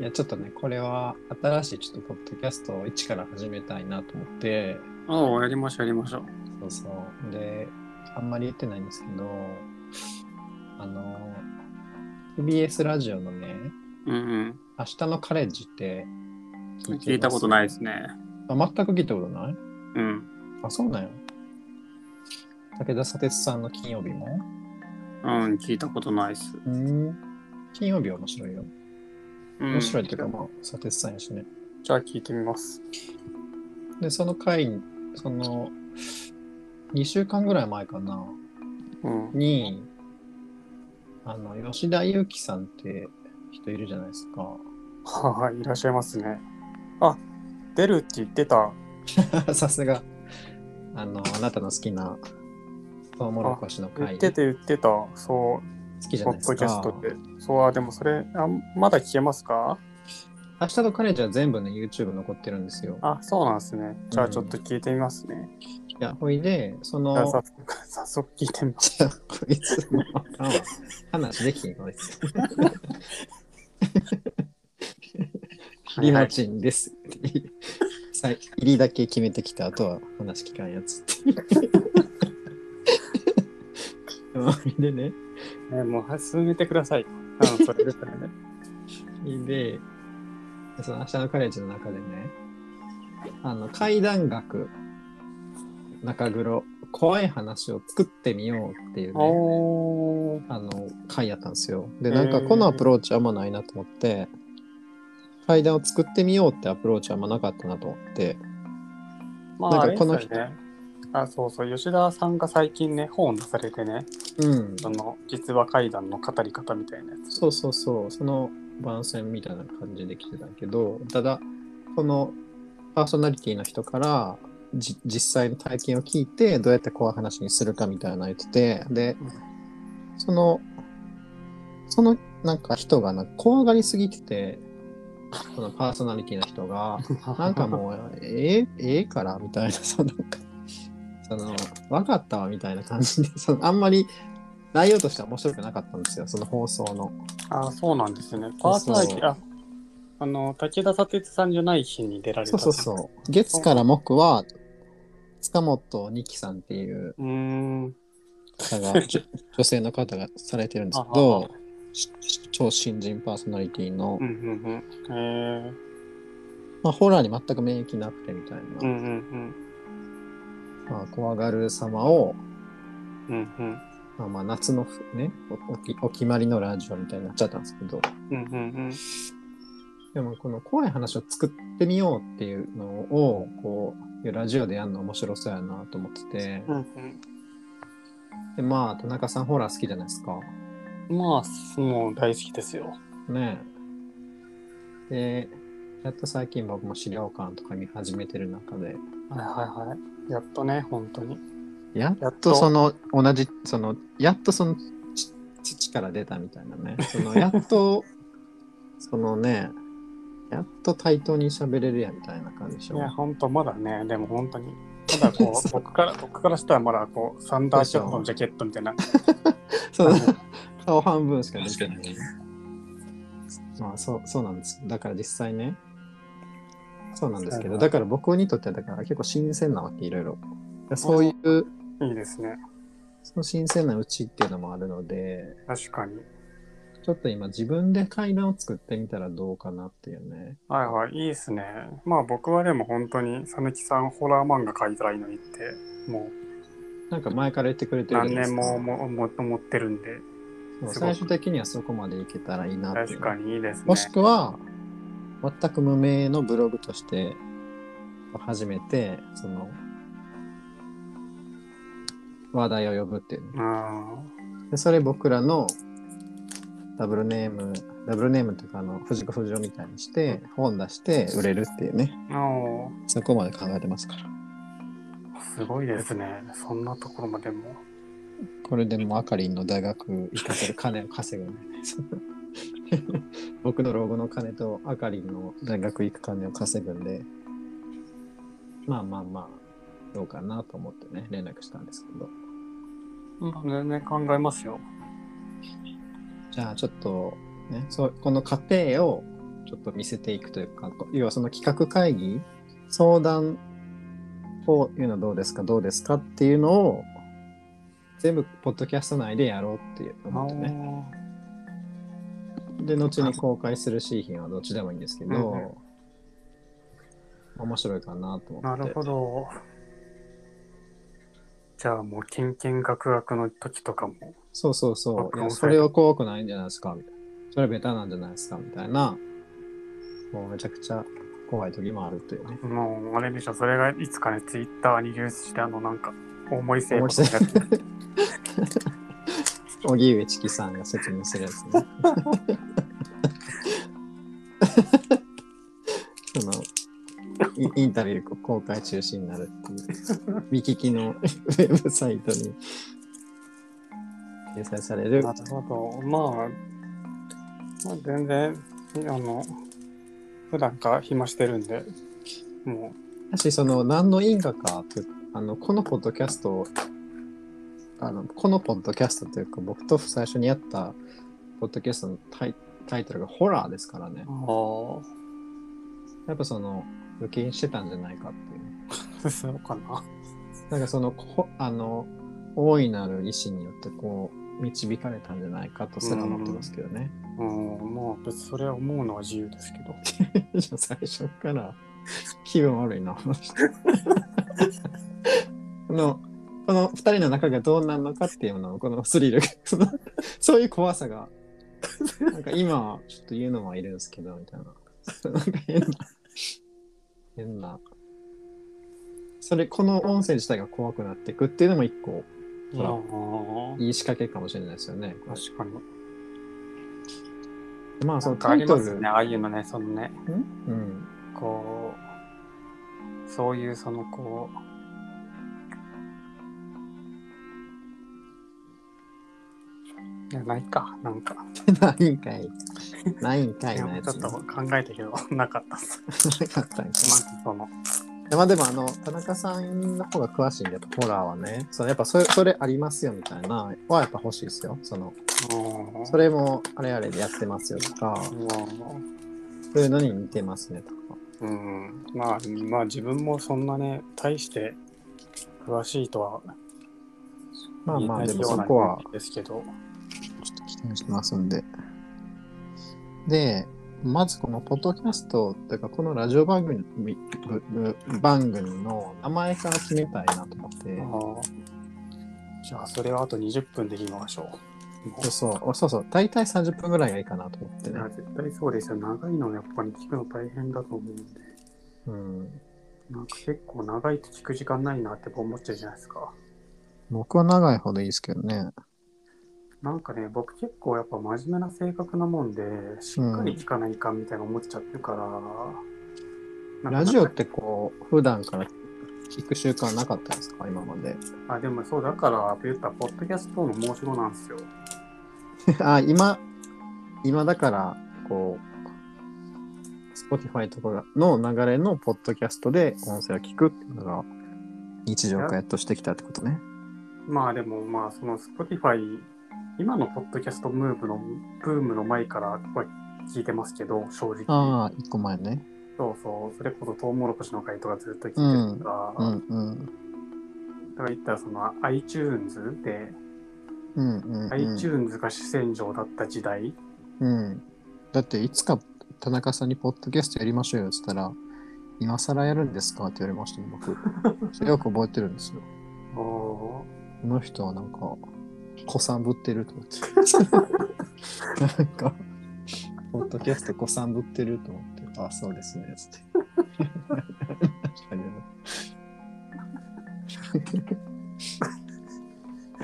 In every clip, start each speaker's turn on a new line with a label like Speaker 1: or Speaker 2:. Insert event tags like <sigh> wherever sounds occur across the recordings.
Speaker 1: いや、ちょっとね、これは新しいちょっとポッドキャストを一から始めたいなと思って、
Speaker 2: おうやりましょうやりましょう。
Speaker 1: そうそう。で、あんまり言ってないんですけど、あの、TBS ラジオのね、
Speaker 2: うん
Speaker 1: 明日のカレッジって
Speaker 2: うん。聞いたことない
Speaker 1: い
Speaker 2: ですね。
Speaker 1: あ全く聞いたことない
Speaker 2: うん。
Speaker 1: あ、そうなんや。武田砂鉄さんの金曜日も
Speaker 2: うん、聞いたことないです。
Speaker 1: うん。金曜日は面白いよ。
Speaker 2: うん
Speaker 1: 面白いっていうか、まあ、砂鉄さんやしね。
Speaker 2: じゃあ聞いてみます。
Speaker 1: で、その回、その、2週間ぐらい前かな、
Speaker 2: うん。
Speaker 1: に、あの、吉田裕樹さんって人いるじゃないですか。 <laughs>
Speaker 2: はい、いらっしゃいますね。あ、出るって言ってた。
Speaker 1: さすが、あの、あなたの好きなトウモロコシの
Speaker 2: 言
Speaker 1: 回、
Speaker 2: っ
Speaker 1: 好
Speaker 2: てて言ってた。そう、
Speaker 1: きじゃ
Speaker 2: ポ
Speaker 1: ないで
Speaker 2: ッド
Speaker 1: す
Speaker 2: キャス
Speaker 1: か
Speaker 2: ト。って。そう、あでもそれあ、まだ聞けますか
Speaker 1: 明日のカレッジは全部ね、YouTube 残ってるんですよ。
Speaker 2: あ、そうなんですね。じゃあちょっと聞いてみますね。
Speaker 1: いや、ほいで、その
Speaker 2: じゃ、あ早速、 <laughs> 早速聞いてみま
Speaker 1: <laughs>
Speaker 2: す。
Speaker 1: じゃあこいつもあかんわ話できん、こいつ。リマチンです。さい入りだけ決めてきた、あとは話聞かんやつって。 <laughs> でね、
Speaker 2: えもう進めてください。うん、それですね。
Speaker 1: <laughs> で、その明日のカレッジの中でね、あの、怪談学、中黒、怖い話を作ってみようっていうね、
Speaker 2: おー。
Speaker 1: あの回やったんですよ。で、
Speaker 2: へー
Speaker 1: なんかこのアプローチあんまないなと思って、階段を作ってみようってアプローチあんまなかったなと思って、
Speaker 2: ま
Speaker 1: なん
Speaker 2: あ、
Speaker 1: か
Speaker 2: あれですよ
Speaker 1: この人
Speaker 2: ね。あ、そうそう、吉田さんが最近ね、本を出されてね、
Speaker 1: うん、
Speaker 2: その、実話怪談の語り方みたいなやつ。
Speaker 1: そうそうそう、その番宣みたいな感じで来てたけど、ただ、このパーソナリティの人から、じ実際の体験を聞いて、どうやって怖い話にするかみたいなの言ってて、で
Speaker 2: うん、
Speaker 1: その、そのなんか人がなんか怖がりすぎてて、そのパーソナリティの人が、なんかもう、ええええからみたいな、その、なんかその、分かったわみたいな感じで、そのあんまり内容としては面白くなかったんですよ、その放送の。
Speaker 2: あ、そうなんですね。パ
Speaker 1: そ
Speaker 2: ー
Speaker 1: うそ
Speaker 2: ソ
Speaker 1: う
Speaker 2: ナリティ、あ、あの、武田砂鉄さんじゃない日に出られ
Speaker 1: そう
Speaker 2: た。
Speaker 1: そうそう。月から木は、塚本二木さんっていう
Speaker 2: う。うーん。
Speaker 1: 方が、じょ女性の方がされてるんですけ
Speaker 2: あは
Speaker 1: ど、し超新人パーソナリティの
Speaker 2: うん、うん、うん。えー、
Speaker 1: まあ、ホラーに全く免疫なくてみたい
Speaker 2: うん、う
Speaker 1: な、
Speaker 2: ん、うん。
Speaker 1: まあ、怖がる様を、
Speaker 2: うん、
Speaker 1: まあ、まあ夏のふねおおきお決まりのラジオみたいになっちゃったんですけど、
Speaker 2: うん、うん、うん。
Speaker 1: でもこの怖い話を作ってみようっていうのを、こう、いやラジオでやるの面白そうやなと思ってて、
Speaker 2: うん、うん。
Speaker 1: で、まあ、田中さんホラー好きじゃないですか。
Speaker 2: まあ、もう大好きですよ。
Speaker 1: ねえ。で、やっと最近僕も資料館とか見始めてる中で、
Speaker 2: はい、はい、はい。やっとね、本当に。
Speaker 1: やっ
Speaker 2: やっ
Speaker 1: と
Speaker 2: と
Speaker 1: その同じ、その、やっとそのち父から出たみたいなね、そ <laughs> のやっと、そのね、やっと対等に喋れるやみたいな感じでしょ。
Speaker 2: ね、本当まだね、でも本当に。まだこ <laughs> う、僕から、僕からしたらまだこう、サンダーショットのジャケットみたいな。
Speaker 1: その顔半分しか出てない。まあそうそうなんですよ。だから実際ね、そうなんですけど、だから僕にとってはだから結構新鮮なわけ、いろいろ。そういう、
Speaker 2: いいですね。
Speaker 1: その新鮮なうちっていうのもあるので、
Speaker 2: 確かに。
Speaker 1: ちょっと今自分で階段を作ってみたらどうかなっていうね。
Speaker 2: はいはい、いいですね。まあ僕はでも本当に、さぬきさんホラー漫画描いたらいいのにって、も
Speaker 1: なんか前から言ってくれ
Speaker 2: う
Speaker 1: てる
Speaker 2: 何
Speaker 1: じゃないです
Speaker 2: 年
Speaker 1: か
Speaker 2: ももも思ってるんで、
Speaker 1: そう
Speaker 2: すご
Speaker 1: 最
Speaker 2: く
Speaker 1: 終的にはそこまでいけたらいいなってい
Speaker 2: 確
Speaker 1: う。
Speaker 2: かにいいですね。
Speaker 1: もしくは、全く無名のブログとして始めて、その、話題を呼ぶっていうね、
Speaker 2: うん。
Speaker 1: でそれ僕らのダブルネーム、ダブルネームとかあの藤子不二雄みたいにして、本出して売れるっていうね、
Speaker 2: お
Speaker 1: そこまで考えてますから。
Speaker 2: ーすごいですね。そんなところまでも。
Speaker 1: これでもうあかりんの大学行かせる金を稼ぐね。 <laughs> 僕の老後の金とあかりんの大学行く金を稼ぐんで、まあまあまあ、どうかなと思ってね、連絡したんですけど。
Speaker 2: まあ全然考えますよ。
Speaker 1: じゃあちょっと、ね、そうこの過程をちょっと見せていくというか、こう要はその企画会議、相談こういうのどうですか、どうですかっていうのを、全部ポッドキャスト内でやろうっていう思ってね。で、後に公開する製品はどっちでもいいんですけど、
Speaker 2: うんう
Speaker 1: 面白いかなと思って。
Speaker 2: なるほど。じゃあもう、けんけんがくがくの時とかも。
Speaker 1: そうそうそ
Speaker 2: 僕
Speaker 1: う。い
Speaker 2: も
Speaker 1: や、
Speaker 2: そう
Speaker 1: それは怖くないんじゃないですか、みたいな。それはベタなんじゃないですか、みたいな。もうめちゃくちゃ怖い時もあるというね。
Speaker 2: もう、あれでしょ、それがいつかね、ツイッターに流出して、あの、なんか、重い成
Speaker 1: 思
Speaker 2: 分
Speaker 1: い
Speaker 2: に
Speaker 1: つ
Speaker 2: なって
Speaker 1: い荻上チキさんが説明するやつね。 <laughs> そのイインタビュー公開中止になるっていう、見聞きのウェブサイトに掲載される。
Speaker 2: なるほど。まあ、まあ、全然、あの、普段から暇してるんで、も
Speaker 1: だしその何の因果かというあのこのポッドキャストをあのこのポッドキャストというか僕と最初にやったポッドキャストのタイタイトルがホラーですからね
Speaker 2: う、あ
Speaker 1: やっぱその受け入れしてたんじゃないかっていう
Speaker 2: あ、そうかな。
Speaker 1: なんかそのこあの大いなる意志によってこう導かれたんじゃないかとすら思ってますけどね、
Speaker 2: うん、まあ、別にそれは思うのは自由ですけど。
Speaker 1: <laughs> じゃあ最初から気分悪いな話してこのこの2人の仲がどうなるのかっていうのをこのスリルがそのそういう怖さがなんか今はちょっと言うのはいるんですけどみたいななんか変な変なそれこの音声自体が怖くなっていくっていうのも一個ほら
Speaker 2: ああ
Speaker 1: いい仕掛けかもしれないですよね
Speaker 2: 確かに。
Speaker 1: まあそ
Speaker 2: な
Speaker 1: の
Speaker 2: んか
Speaker 1: タ
Speaker 2: あ
Speaker 1: イ
Speaker 2: り
Speaker 1: ト
Speaker 2: ますよ
Speaker 1: ル、
Speaker 2: ね、ああいうのね、そのね、
Speaker 1: うん、 <laughs>
Speaker 2: こう、そういう、その、こう、いやないか、なんか。
Speaker 1: ないんかいないんかい
Speaker 2: いや
Speaker 1: のや
Speaker 2: ちょ
Speaker 1: つね、
Speaker 2: っと
Speaker 1: <laughs>
Speaker 2: 考えたけど、 <laughs> なかったっす。
Speaker 1: なかったんか
Speaker 2: まずその、
Speaker 1: いやまあでもあの田中さんの方が詳しいんでやっぱホラーはねそのやっぱそれそれありますよみたいなはやっぱ欲しいですよその
Speaker 2: うん
Speaker 1: それもあれあれでやってますよとかそういうのに似てますねとか
Speaker 2: うん、まあ、まあ自分もそんなね、大して詳しいとは
Speaker 1: まあまあ
Speaker 2: 言え
Speaker 1: で
Speaker 2: な
Speaker 1: も
Speaker 2: いよう
Speaker 1: そ
Speaker 2: な
Speaker 1: こは
Speaker 2: 感じですけど、
Speaker 1: ちょっと期待してますんででまずこのポッドキャストというかこのラジオ番組みぶぶ番組の名前から決めたいなと思って
Speaker 2: あーじゃあそれはあと20分で決めましょう。もう
Speaker 1: そうそうそうそう大体30分ぐらいがいいかなと思って
Speaker 2: い
Speaker 1: ね
Speaker 2: や、絶対そうですよ。長いのやっぱり聞くの大変だと思うんで、
Speaker 1: うん
Speaker 2: なんか結構長いと聞く時間ないなって思っちゃうじゃないですか。
Speaker 1: 僕は長いほどいいですけどね
Speaker 2: なんかね、僕結構やっぱ真面目な性格なもんで、しっかり聞かないかんみたいな思っちゃってるから、なんか
Speaker 1: ラジオってこう、普段から聞く習慣なかったんですか今まで。
Speaker 2: あ、でもそうだから、言ったらポッドキャストの申し子なんですよ。
Speaker 1: あ、今、今だから、こう、Spotify とかの流れのポッドキャストで音声を聞くっていうのが、日常化やっとしてきたってことね。
Speaker 2: まあでもまあ、その Spotify、今のポッドキャストムーブの、ブームの前からは聞いてますけど、正直。
Speaker 1: ああ、一個前ね。
Speaker 2: そうそう、それこそトウモロコシの回とかずっと聞いてるから、
Speaker 1: うんうん。
Speaker 2: だから言ったらその iTunes で、
Speaker 1: うんうん、うん。
Speaker 2: iTunes が主戦場だった時代、
Speaker 1: うん。だって、いつか田中さんにポッドキャストやりましょうよって言ったら、今更やるんですかって言われましたね、僕。それよく覚えてるんですよ。
Speaker 2: おー
Speaker 1: この人はなんか、子さんぶってると思って。なんか、ポッドキャスト子さんぶってると思って、あ、そうですね、つって。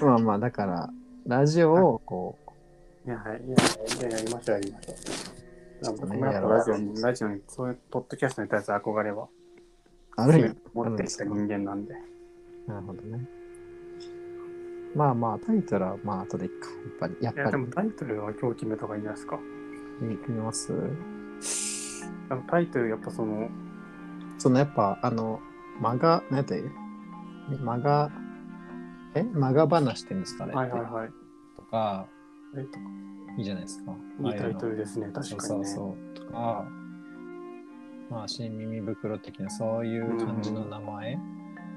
Speaker 1: まあまあ、だから、ラジオをこ
Speaker 2: いや、はいいや、いや、やりましょう、やりましょう。なんか僕もやっぱラジオに、ラジオに、そういうポッドキャストに対する憧れは、
Speaker 1: う、ある意味、
Speaker 2: 持ってきた人間なんで。
Speaker 1: なるほどね。まあまあ、タイトルはまあ、後でいっか。やっぱり、やっ
Speaker 2: いや、
Speaker 1: ぱ
Speaker 2: で
Speaker 1: り
Speaker 2: も、タイトルは今日決めた方がいいんじゃないですか。
Speaker 1: 見見ます
Speaker 2: でもタイトル、やっぱその、
Speaker 1: そのやっぱあの間が何やったらいい間がえ間が話してるんですかね、
Speaker 2: はいはいはい。
Speaker 1: とか
Speaker 2: れとか
Speaker 1: いいじゃないですか。
Speaker 2: いいタイトルです
Speaker 1: あ
Speaker 2: ね、
Speaker 1: あいう
Speaker 2: 確
Speaker 1: の
Speaker 2: か
Speaker 1: そ
Speaker 2: に
Speaker 1: う
Speaker 2: ね。
Speaker 1: そうそう。とか、まあ、新耳袋的な、そういう感じの名前。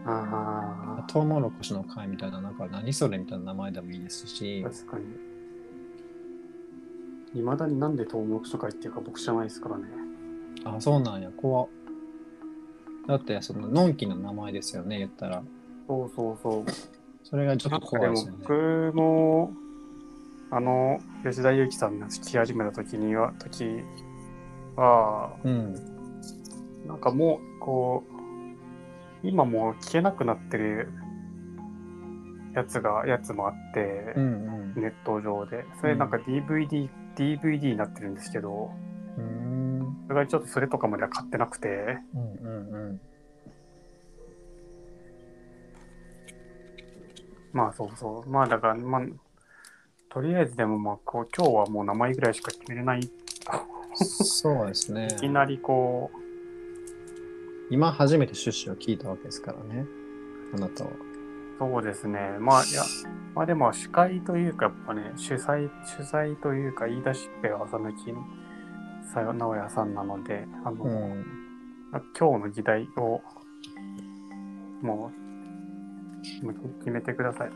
Speaker 2: あ
Speaker 1: トウモロコシの会みたいな、なんか何それみたいな名前でもいいですし
Speaker 2: あ、、確かに。いまだになんで東木書会っていうか僕じゃないですからね。
Speaker 1: あ、そうなんや、怖っだって、その、のんきの名前ですよね、言ったら。
Speaker 2: そうそうそう。
Speaker 1: それがちょ
Speaker 2: な
Speaker 1: っ
Speaker 2: ん
Speaker 1: と
Speaker 2: か
Speaker 1: 怖
Speaker 2: で
Speaker 1: いです
Speaker 2: も
Speaker 1: よね。
Speaker 2: 僕も、あの、吉田裕樹さんの聞き始めた時には、時は、
Speaker 1: うん。
Speaker 2: なんかもう、こう、今もう消えなくなってるやつが、やつもあって
Speaker 1: う、ん
Speaker 2: ネット上で。それなんか DVD、DVD になってるんですけど、
Speaker 1: うん。うーん。
Speaker 2: それがちょっとそれとかまでは買ってなくて、
Speaker 1: うんうんうん。
Speaker 2: まあそうそう。まあだから、まあ、とりあえずでもまあこう、今日はもう名前ぐらいしか決めれない。
Speaker 1: そうですね
Speaker 2: い。きなりこう、
Speaker 1: 今初めて趣旨を聞いたわけですからね。あなたは。
Speaker 2: そうですね。まあいや、まあでも司会というか、やっぱね、主催、主催というか、言い出しっぺは朝抜きさよ直哉さんなので、あの、
Speaker 1: うん。
Speaker 2: 今日の議題を、もう、もう決めてください。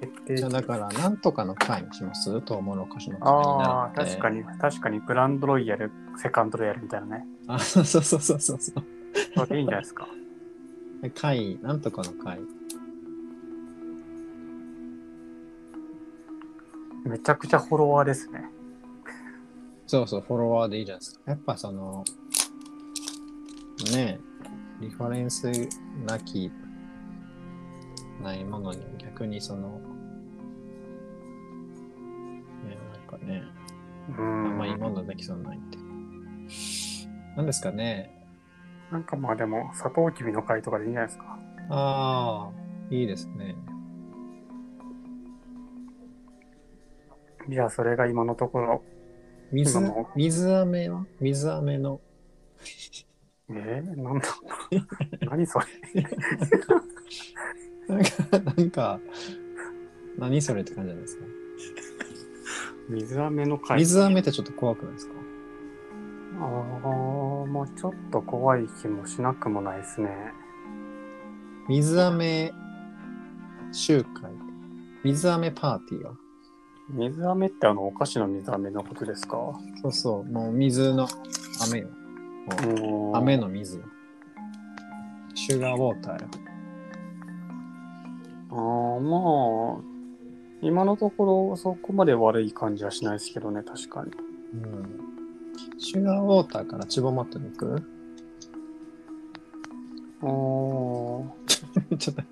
Speaker 2: 決定
Speaker 1: じゃあだから、なんとかの会にしますトウモロコシの会にな
Speaker 2: ああ、
Speaker 1: って。
Speaker 2: 確か。に、確かに、グランドロイヤル、セカンドロイヤルみたいなね。
Speaker 1: あ、そうそうそうそうそう。
Speaker 2: それでいいんじゃないですか。
Speaker 1: 会、なんとかの会。
Speaker 2: <laughs> めちゃくちゃフォロワーですね。
Speaker 1: そうそう、フォロワーでいいじゃないですか。やっぱその、ねえ、リファレンスなき、ないものに逆にその、ねなんかね、
Speaker 2: う
Speaker 1: あん
Speaker 2: ん。
Speaker 1: まいいものできそうにないって。なんですかね。
Speaker 2: なんかまあでも、サトウキビの会とかでいいんじゃないですか。
Speaker 1: ああ、いいですね。
Speaker 2: いや、それが今のところ。
Speaker 1: 水
Speaker 2: 今も、
Speaker 1: 水飴は水飴の。 <laughs>
Speaker 2: えー、なんだ <laughs> 何それ
Speaker 1: なんか、なんか、何それって感じじゃないですか。
Speaker 2: 水飴の会。
Speaker 1: 水飴ってちょっと怖くないですか
Speaker 2: ああ、まあちょっと怖い気もしなくもないですね。
Speaker 1: 水飴集会。水飴パーティーは
Speaker 2: 水飴ってあの、お菓子の水飴のことですか
Speaker 1: そうそう、もう水の飴よ。
Speaker 2: うん
Speaker 1: 飴の水よ。シュガーウォーターよ。
Speaker 2: ああ、まあ、今のところそこまで悪い感じはしないですけどね、確かに。
Speaker 1: うん。シュガーウォーターからチボマットに行く
Speaker 2: あー
Speaker 1: <laughs> ちょっと、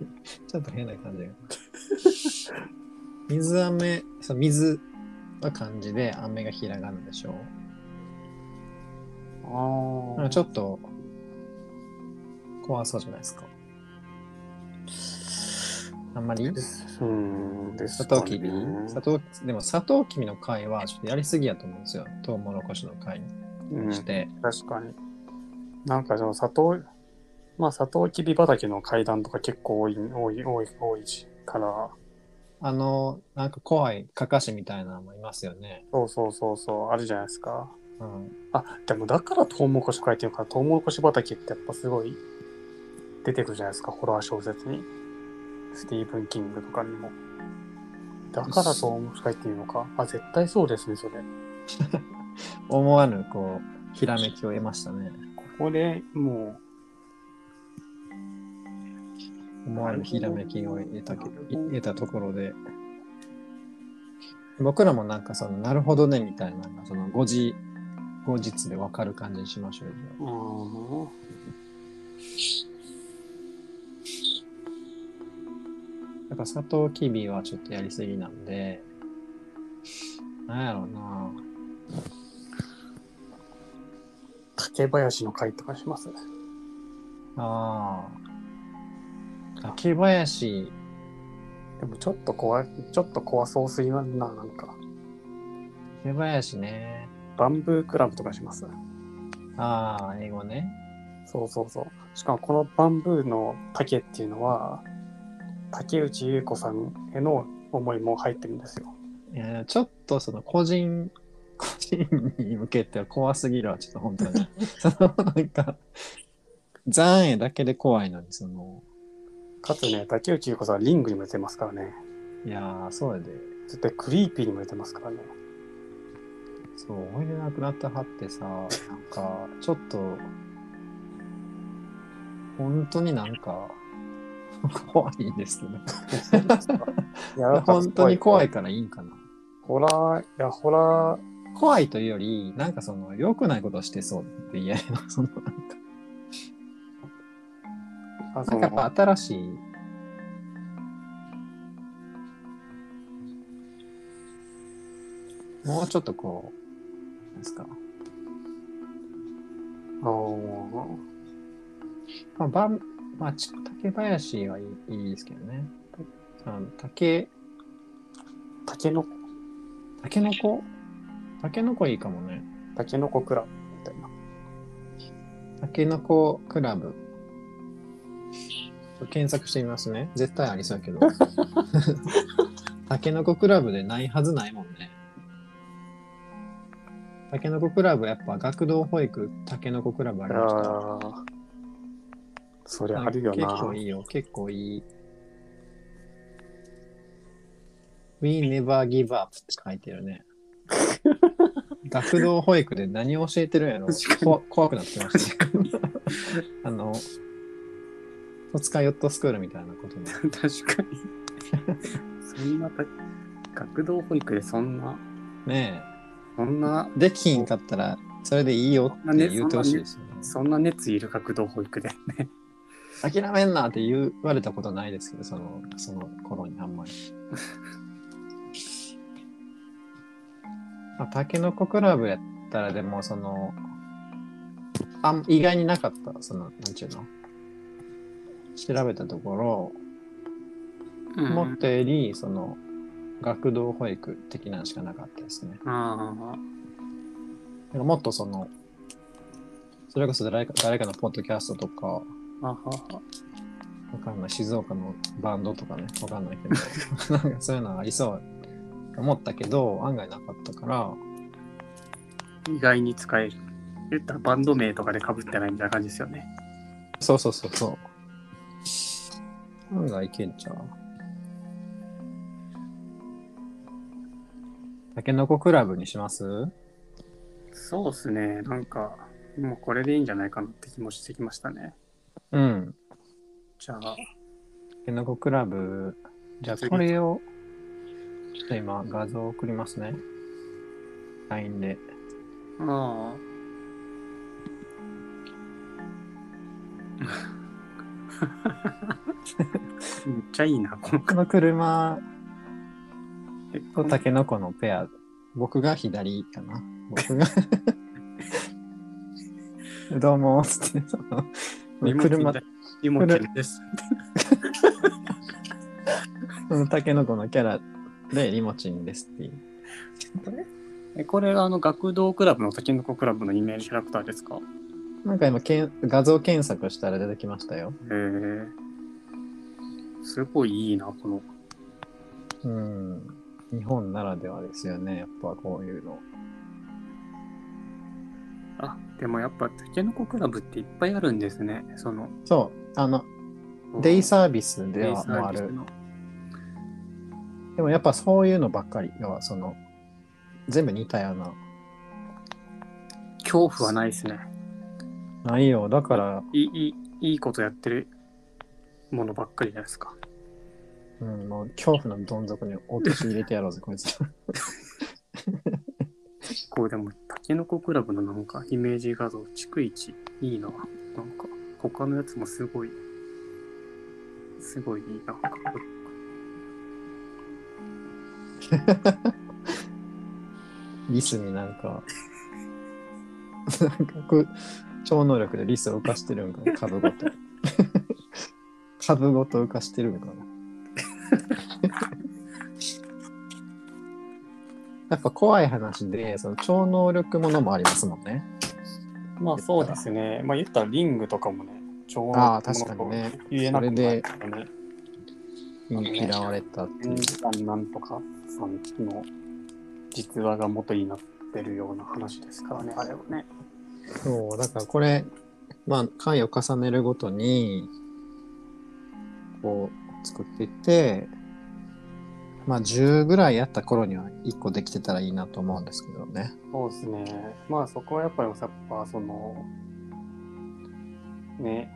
Speaker 1: ちょっと変な感じが。水飴、そう、水は漢字で、飴がひらがなでしょ
Speaker 2: あ
Speaker 1: う。
Speaker 2: ー
Speaker 1: なんかちょっと、怖そうじゃないですか。あんまり
Speaker 2: うんです
Speaker 1: サト
Speaker 2: かね
Speaker 1: ウキビサトウでもサトウキビの会はちょっとやりすぎやと思うんですよ。トウモロコシの会
Speaker 2: うん
Speaker 1: にして。
Speaker 2: 確かに。なんかその砂糖、まあ砂糖きび畑の階段とか結構多い、多い、多い、多いしから、
Speaker 1: あの、なんか怖いカカシみたいなのもいますよね。
Speaker 2: そうそうそうそう、あるじゃないですか。
Speaker 1: うん。
Speaker 2: あ、でもだからトウモロコシ書いてるから、トウモロコシ畑ってやっぱすごい出てくるじゃないですか、ホラー小説に。スティーブン・キングとかにも。だからトウモロコシ書いてるのか。あ、絶対そうですね、それ。
Speaker 1: 思わぬ、こう、ひらめきを得ましたね。
Speaker 2: ここでも
Speaker 1: 思わぬひらめきを得たけ得たところで。僕らもなんかその、なるほどねみたいなのが、その、後日、後日でわかる感じにしましょうよ。
Speaker 2: う、うん、
Speaker 1: だからサトウキビはちょっとやりすぎなんで、なんやろうな
Speaker 2: 竹林の会とかします
Speaker 1: ああ。竹林、
Speaker 2: でもちょっと怖い、ちょっと怖そうすぎるな、なんか。
Speaker 1: 竹林ね。
Speaker 2: バンブークラブとかします。
Speaker 1: ああ、英語ね。
Speaker 2: そうそうそう。しかもこのバンブーの竹っていうのは、竹内結子さんへの思いも入ってるんですよ。
Speaker 1: えーちょっとその個人、 <laughs> 個人に向けては怖すぎるわ、ちょっと本当に。そのなんか、残影だけで怖いのに、その、
Speaker 2: かつね、竹内結子さんはリングにも出てますからね。
Speaker 1: いやー、そうやで、
Speaker 2: 絶対クリーピーにも出てま
Speaker 1: <laughs>
Speaker 2: すからね。
Speaker 1: そう、思い出なくなったはってさ、なんか、ちょっと、本当になんか、 <laughs> 怖いんですけど。
Speaker 2: いや
Speaker 1: 本当に怖い。からいいんかな。
Speaker 2: ホラー、いや、ホラー、
Speaker 1: 怖いというより、なんかその、良くないことしてそうって言えな、その、なんか、
Speaker 2: あそ
Speaker 1: なんかやっぱ
Speaker 2: の
Speaker 1: 新しい、もうちょっとこう、なんですか、
Speaker 2: お
Speaker 1: まあ、ばんまあ、ち竹林はいいいいですけどね。あの竹、
Speaker 2: ータケノコ、
Speaker 1: タケノコタケノコいいかもね。
Speaker 2: タケノコクラブみたいな。
Speaker 1: タケノコクラブ。検索してみますね。絶対ありそうやけど。タケノコクラブでないはずないもんね。タケノコクラブやっぱ学童保育タケノコクラブありました。
Speaker 2: ああ。そりゃあるよ
Speaker 1: 結構
Speaker 2: な。
Speaker 1: いいよ、結構いい。We never give up って書いてる
Speaker 2: <laughs>
Speaker 1: ね。学童保育で何を教えてるんやろ
Speaker 2: 確かに
Speaker 1: 怖怖くなってました、 <laughs> ね。あの、戸塚ヨットスクールみたいなことも。
Speaker 2: 確かに。そんなた、学童保育でそんな、
Speaker 1: ね
Speaker 2: そんな、
Speaker 1: え、できひんかったら、それでいいよって言ってほしいですよね。
Speaker 2: そんな熱いる学童保育でね。
Speaker 1: 諦めんなって言われたことないですけど、その、その頃にあんまり。まあ、タケノコクラブやったらでも、その、あん意外になかった、その、なんちゅうの。調べたところ、
Speaker 2: も
Speaker 1: 思ったより、その、学童保育的なのしかなかったですね。
Speaker 2: ああ。
Speaker 1: なんかもっとその、それこそ誰か誰かのポッドキャストとか、
Speaker 2: あはは
Speaker 1: わかんない。静岡のバンドとかね、わかんないけど、なんかそういうのありそうと思ったけど、案外なかったから、
Speaker 2: 意外に使える。言ったらバンド名とかで被ってないみたいな感じですよね。
Speaker 1: そうそうそうそう。案外いけんちゃう。タケノコクラブにします
Speaker 2: そうっすね。なんか、もうこれでいいんじゃないかなって気もしてきましたね。
Speaker 1: うん。
Speaker 2: じゃあ、
Speaker 1: タケノコクラブ。じゃあこれを、ちょっと今画像送りますね。LINE で。
Speaker 2: あ
Speaker 1: <laughs>
Speaker 2: あ。めっちゃいいな、この
Speaker 1: この車
Speaker 2: え
Speaker 1: とタケノコのペア、僕が左かな。僕が。 <laughs> どうも、つって、その
Speaker 2: リモ
Speaker 1: 車、
Speaker 2: チンリモチンです。
Speaker 1: そのタケノコのキャラでリモチンですっていう。
Speaker 2: え、これがあの学童クラブのタケノコクラブのイメージキャラクターですか
Speaker 1: なんか今けん、画像検索したら出てきましたよ。
Speaker 2: へえ。すごいいいな、この。
Speaker 1: うん。日本ならではですよね、やっぱこういうの。
Speaker 2: あ、でもやっぱタケノコクラブっていっぱいあるんですね。その、
Speaker 1: そう、あの、デイサービスで
Speaker 2: デイサ
Speaker 1: はもう
Speaker 2: ー
Speaker 1: あ
Speaker 2: ビス
Speaker 1: る。
Speaker 2: の。
Speaker 1: でもやっぱそういうのばっかり。要はその、全部似たような。
Speaker 2: 恐怖はないですね。
Speaker 1: ないよ。だから、
Speaker 2: いい、いいいいことやってるものばっかりじゃないですか。
Speaker 1: うん、もう恐怖のどん底に陥れてやろうぜ、こいつ。 <laughs>
Speaker 2: 結構でも、タケノコクラブのなんかイメージ画像、逐一いいな。なんか、他のやつもすごい、すごいいいな。
Speaker 1: リスになんか、なんかこう超能力でリスを浮かしてるんかな、株ごと。 <laughs> 株ごと浮かしてるんかな。 <laughs> やっぱ怖い話で、その超能力ものもありますもんね。
Speaker 2: ま
Speaker 1: あそうです
Speaker 2: ね。まあ言ったらリングとかもね、超
Speaker 1: ああ確かにね
Speaker 2: 言
Speaker 1: えなくもないです
Speaker 2: ね。
Speaker 1: うん嫌われたってい
Speaker 2: 天
Speaker 1: う。
Speaker 2: 時間なんとかさんの実話が元になってるような話ですからね、あれはね。
Speaker 1: そう、だからこれ、まあ、回を重ねるごとに、こう、作っていって、まあ、10ぐらいやった頃には1個できてたらいいなと思うんですけどね。
Speaker 2: そうですね。まあそこはやっぱりやっぱその、ね。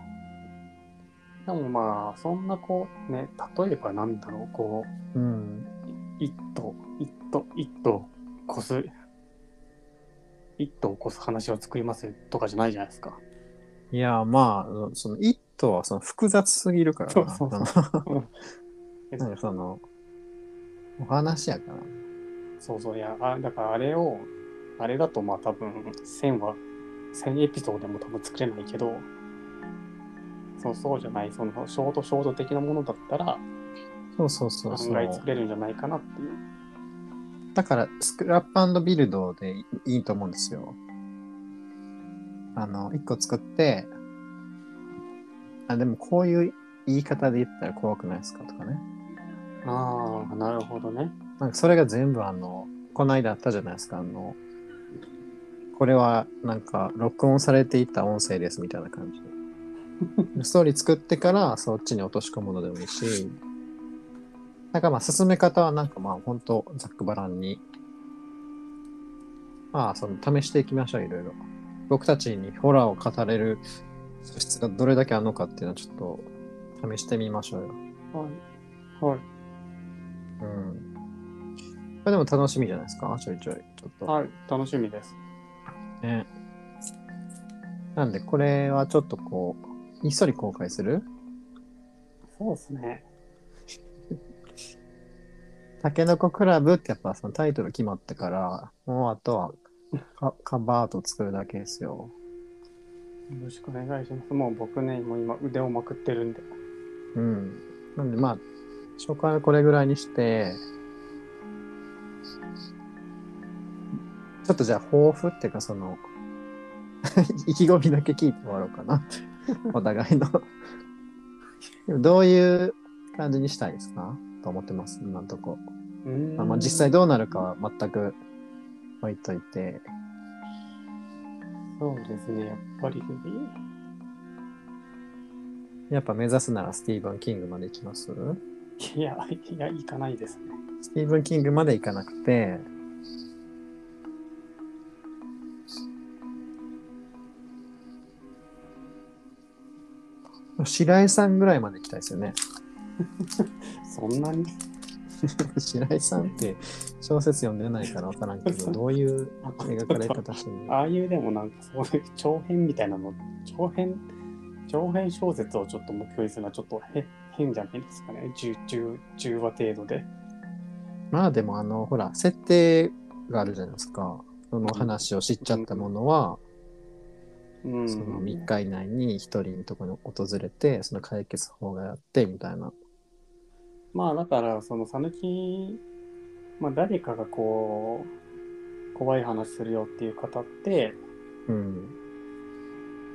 Speaker 2: でもまあそんなこう、ね、例えばなんだろう、こう、
Speaker 1: うん。
Speaker 2: 一頭、一頭、一頭越す、一頭越す話を作りますとかじゃないじゃないですか。
Speaker 1: いや、まあ、その、一頭はその複雑すぎるからな。
Speaker 2: そうそううん
Speaker 1: そのその、お話やから。
Speaker 2: そうそういやあだからあれをあれだとまあ多分1000は1000エピソードでも多分作れないけどそうそうじゃないそのショートショート的なものだったら
Speaker 1: そうそうそうそ
Speaker 2: 考え
Speaker 1: う。
Speaker 2: 作れるんじゃないかなっていう
Speaker 1: だから、スクラップビルドでいいいと思うんですよ。あの、一個作って、あ、でもこういう言い方で言ったら怖くないですかとかね。
Speaker 2: ああなるほどね
Speaker 1: なんかそれが全部あの、この間あったじゃないですか、あの、これはなんか録音されていた音声ですみたいな感じで。ストーリー作ってからそっちに落とし込むのでもいいし、なんかまあ進め方はなんかまあ本当ざっくばらんに、まあその試していきましょう、いろいろ。僕たちにホラーを語れる素質がどれだけあるのかっていうのはちょっと試してみましょうよ。
Speaker 2: はいはい
Speaker 1: うん。これでも楽しみじゃないですか、ちょいちょい。ちょっと。
Speaker 2: はい楽しみです
Speaker 1: ね。なんで、これはちょっとこう、ひっそり公開する
Speaker 2: そうですね
Speaker 1: タケノコクラブってやっぱそのタイトル決まってから、もうあとはカカバーと作るだけですよ。
Speaker 2: よろしくお願いしますもう僕ねもう今腕をまくってるんで
Speaker 1: うん。なんでまあ、初回はこれぐらいにして、ちょっとじゃあ抱負っていうかその、 <laughs> 意気込みだけ聞いてもらおうかな。お互いの。でもどういう感じにしたいですかと思ってます、今のとこ。
Speaker 2: うーん
Speaker 1: まあ、まあ実際どうなるかは全く置いといて。
Speaker 2: そうですねやっぱり
Speaker 1: やっぱ目指すならスティーブン・キングまで行きます
Speaker 2: いやいや行かないですね
Speaker 1: スティーブン・キングまで行かなくて、白井さんぐらいまで行きたいですよね。 <laughs>
Speaker 2: そんなに
Speaker 1: 白井さんって小説読んでないから分からんけど、どういう描かれ方してるの
Speaker 2: ああいうでもなんかそういう長編みたいなの長編長編小説をちょっと目標にするのはちょっとへ変じゃないですかね 10, 10, 10話程度で
Speaker 1: まあでもあの、ほら、設定があるじゃないですか。その話を知っちゃったものは、
Speaker 2: うん
Speaker 1: その3日以内に1人のところに訪れて、その解決法がやってみたいな。
Speaker 2: まあだからその讃岐まあ誰かがこう怖い話するよっていう方って
Speaker 1: うん。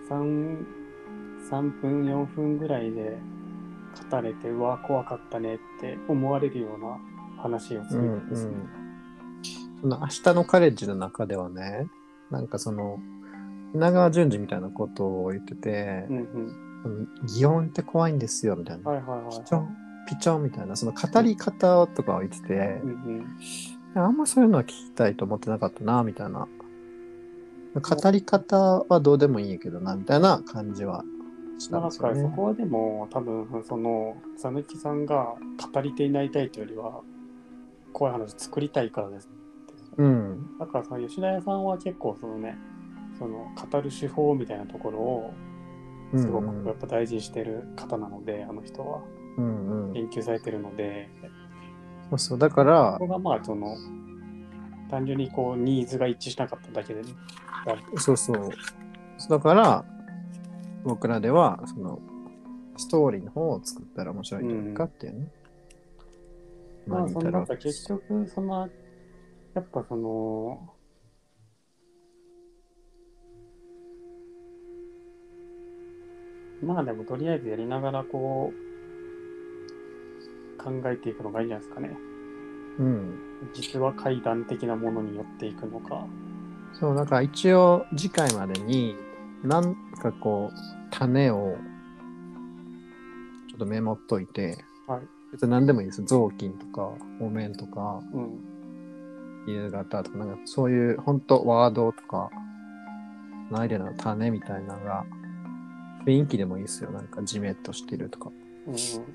Speaker 2: 3, 3分4分ぐらいで語れてうわ怖かったねって思われるような話をす
Speaker 1: う
Speaker 2: る
Speaker 1: ん
Speaker 2: ん
Speaker 1: う
Speaker 2: ですね、
Speaker 1: ん、その明日のカレッジの中ではねなんかその稲川淳二みたいなことを言ってて
Speaker 2: うん、うん
Speaker 1: その擬音って怖いんですよみたいな、
Speaker 2: はいはいはい
Speaker 1: ピチョンピチョンみたいなその語り方とかを言ってて
Speaker 2: うん、うん
Speaker 1: あんまそういうのは聞きたいと思ってなかったなみたいな語り方はどうでもいいんやけどなみたいな感じはした
Speaker 2: だ
Speaker 1: ん
Speaker 2: か
Speaker 1: ですよ
Speaker 2: らそ
Speaker 1: ね。
Speaker 2: こはでも多分そのさぬきさんが語り手になりたいというよりは怖い話作りたいからです
Speaker 1: うん、
Speaker 2: だからその吉田屋さんは結構そのねその語る手法みたいなところを
Speaker 1: うん
Speaker 2: すご
Speaker 1: うん
Speaker 2: くやっぱ大事にしてる方なので、あの人は
Speaker 1: うんうん、
Speaker 2: 研究されてるので
Speaker 1: そうそうだから
Speaker 2: ここがまあその単純にこうニーズが一致しなかっただけで、ね、
Speaker 1: そうそう。だから、僕らでは、その、ストーリーの方を作ったら面白いんじゃないかっていうね。
Speaker 2: まあ
Speaker 1: 似
Speaker 2: そ
Speaker 1: た
Speaker 2: の
Speaker 1: ら
Speaker 2: なんか結局そのやっぱそのまあでもとりあえずやりながらこう考えていくのがいいんじゃないですかね。
Speaker 1: うん。
Speaker 2: 実は階段的なものによっていくのか。
Speaker 1: そう、だから一応次回までに、なんかこう、種を、ちょっとメモっといて、
Speaker 2: はい。
Speaker 1: 別に何でもいいです。雑巾とか、お面とか、
Speaker 2: うん。
Speaker 1: 夕方とか、なんかそういう、本当ワードとか、アイデアの種みたいなのが、雰囲気でもいいですよ。なんかじめっとしてるとか。
Speaker 2: うん、
Speaker 1: そうい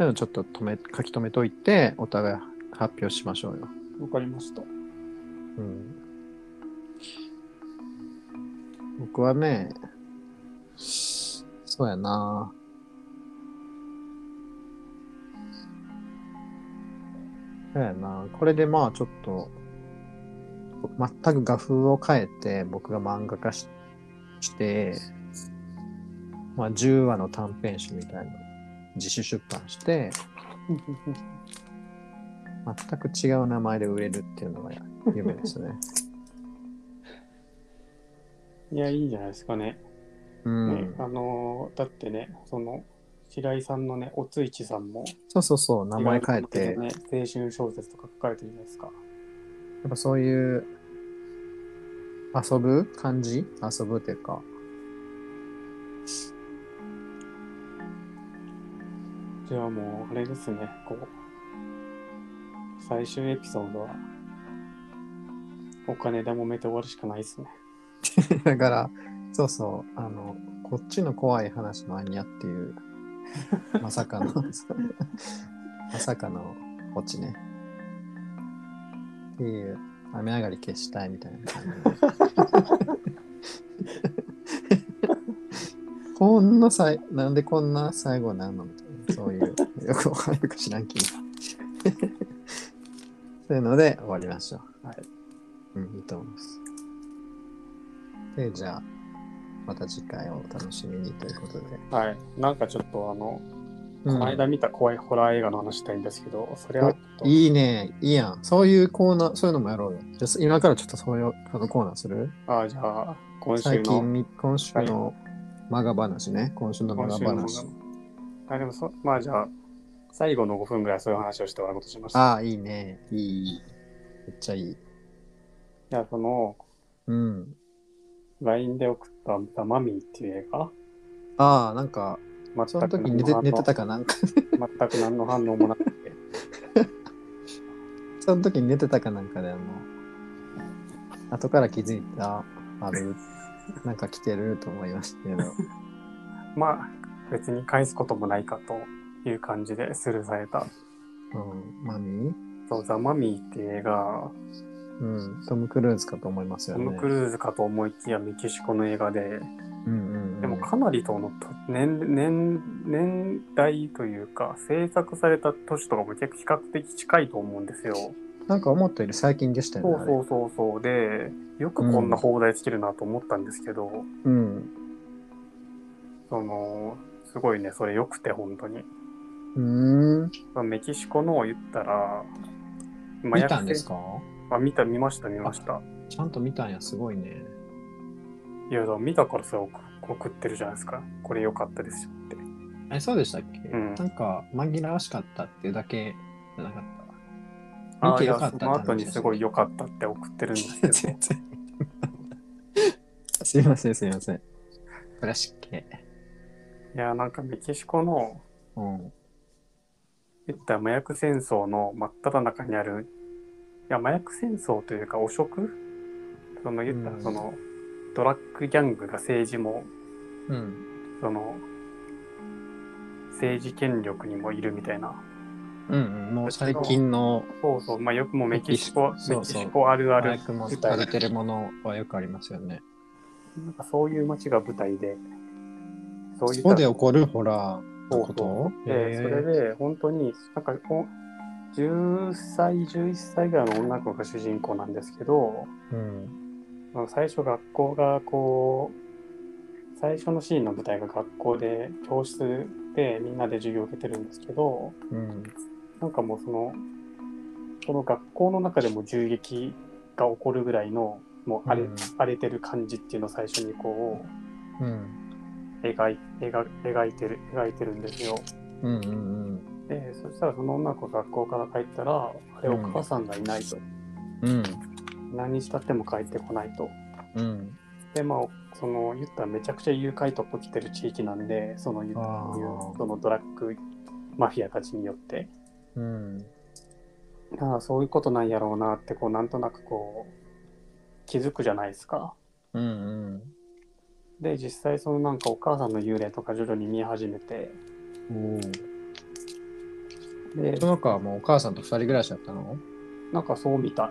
Speaker 1: うのちょっと止め、書き留めといて、お互い発表しましょうよ。
Speaker 2: わかりました。
Speaker 1: うん。僕はね、そうやな。そうやな。これでまあちょっと、全く画風を変えて、僕が漫画化しして、まあ10話の短編集みたいなの自主出版して、全く違う名前で売れるっていうのが夢ですね。
Speaker 2: いや、いいんじゃないですかね。
Speaker 1: うん
Speaker 2: ね。あのーだってね、その、白井さんのね、おついちさんも、
Speaker 1: そうそうそう、名前変えて、
Speaker 2: 違うことでね、青春小説とか書かれてるじゃないですか。
Speaker 1: やっぱそういう遊ぶ感じ遊ぶっていうか、
Speaker 2: じゃあもう、あれですね、こう、最終エピソードは、お金で揉めて終わるしかないですね。
Speaker 1: <laughs> だから、そうそう、あの、こっちの怖い話もあんやっていう、まさかの、まさかのオチね。っていう、雨上がり消したいみたいな感じで。こんなさい、なんでこんな最後なんのみたいな、そういう、よくわかるか知らんけど。そういうので終わりましょう。
Speaker 2: はい。
Speaker 1: うん、いいと思います。で、じゃあ、また次回をお楽しみにということで。
Speaker 2: はい。なんかちょっと、あの、
Speaker 1: う
Speaker 2: こ
Speaker 1: ん
Speaker 2: の間見た怖いホラー映画の話したいんですけど、それはちょっと、
Speaker 1: いいね、いいやん。そういうコーナー、そういうのもやろうよ。じゃあ今からちょっとそういうあのコーナーする
Speaker 2: ああ、じゃあ、今週
Speaker 1: 最
Speaker 2: の
Speaker 1: 近み、今週のマガ話ね。今週のマ
Speaker 2: 今
Speaker 1: ガ
Speaker 2: 週の
Speaker 1: 話。
Speaker 2: あでもそまあじゃあ最後の5分ぐらいそういう話をして終わることにしました
Speaker 1: ああ、いいね。いい、いい。めっちゃいい。
Speaker 2: じゃあその
Speaker 1: うん。
Speaker 2: LINE で送った「ザ・マミー」っていう映画
Speaker 1: ああ、なんか、
Speaker 2: 全
Speaker 1: その
Speaker 2: く
Speaker 1: 時
Speaker 2: 何
Speaker 1: 寝
Speaker 2: の
Speaker 1: て
Speaker 2: 反応
Speaker 1: 寝てたかなんか、 <laughs>
Speaker 2: 全く何の反応もなく <laughs> て
Speaker 1: その時寝てたかなんかで、あの、後から気づいた、ある、なんか来てると思いましたけど。
Speaker 2: まあ別に返すこともないかという感じでスルーされた
Speaker 1: うん、マミー
Speaker 2: 「そうザ・マミー」っていう映画
Speaker 1: うん、トム・クルーズかと思います
Speaker 2: ト
Speaker 1: よね。
Speaker 2: ム・クルーズかと思いきやメキシコの映画で
Speaker 1: うんうんうん、
Speaker 2: でもかなりとのと年年年代というか制作された年とかも結構比較的近いと思うんですよ。
Speaker 1: なんか思ったより最近でしたよね。
Speaker 2: そうそうそうそうでよくこんな放題つけるなと思ったんですけど、
Speaker 1: あれうん。
Speaker 2: そのすごいねそれよくて本当に
Speaker 1: うーん。
Speaker 2: まあメキシコの言ったら麻
Speaker 1: 見
Speaker 2: 薬
Speaker 1: たんで
Speaker 2: 戦
Speaker 1: すか
Speaker 2: あ見た見ました見ました
Speaker 1: ちゃんと見たんや、すごいね。
Speaker 2: いやだから見たからそれ送送ってるじゃないですかこれ良かったですよって
Speaker 1: え、そうでしたっけ、
Speaker 2: ん
Speaker 1: なんか紛らわしかったっていうだけじゃなかっ
Speaker 2: あ
Speaker 1: 見
Speaker 2: あい
Speaker 1: て良
Speaker 2: や
Speaker 1: かった
Speaker 2: そ
Speaker 1: って
Speaker 2: の後に
Speaker 1: 話
Speaker 2: すごい良かったって送ってるんです
Speaker 1: た。
Speaker 2: けど
Speaker 1: <laughs> 然。 <laughs> すいません、すいません。クラシック系。
Speaker 2: いやなんかメキシコの
Speaker 1: うん。
Speaker 2: 言ったら麻薬戦争の真っ只中にあるいや麻薬戦争というか汚職その言った
Speaker 1: う
Speaker 2: ら
Speaker 1: ん
Speaker 2: その、ドラッグギャングが政治も
Speaker 1: うん。
Speaker 2: その政治権力にもいるみたいな
Speaker 1: うん、うん。もう最近の
Speaker 2: そうそうまあよくもうメキシコ
Speaker 1: メキシコ
Speaker 2: メキシコあるあ
Speaker 1: マ
Speaker 2: る
Speaker 1: イクも
Speaker 2: 舞
Speaker 1: され
Speaker 2: 台
Speaker 1: てるものはよくありますよね。
Speaker 2: なんかそういう街が舞台でそうい
Speaker 1: そ
Speaker 2: っ
Speaker 1: こ
Speaker 2: た
Speaker 1: で起こるホラーのこと
Speaker 2: でそれで本当になんかこう10歳11歳ぐらいの女の子が主人公なんですけど
Speaker 1: うん。
Speaker 2: まあ最初学校がこう最初のシーンの舞台が学校で教室でみんなで授業を受けてるんですけど
Speaker 1: うん。
Speaker 2: なんかもうそのその学校の中でも銃撃が起こるぐらいのもう荒れ,、
Speaker 1: うん
Speaker 2: 荒れてる感じっていうのを最初にこ
Speaker 1: うん。
Speaker 2: う描い描描いてる描いてるんですよ。
Speaker 1: うんうん
Speaker 2: でそしたらその女の子が学校から帰ったらあれお母さんがいないと、
Speaker 1: うん。
Speaker 2: 何日経っても帰ってこないと
Speaker 1: うん。
Speaker 2: でまあその言ったらめちゃくちゃ誘拐トップ来てる地域なんでその言う
Speaker 1: あー
Speaker 2: そのドラッグマフィアたちによって
Speaker 1: うん。
Speaker 2: ああそういうことなんやろうなってこうなんとなくこう気づくじゃないですか。
Speaker 1: うん。
Speaker 2: で実際そのなんかお母さんの幽霊とか徐々に見え始めて
Speaker 1: うん。
Speaker 2: で
Speaker 1: その子はもうお母さんと二人暮らしだったの
Speaker 2: なんかそうみた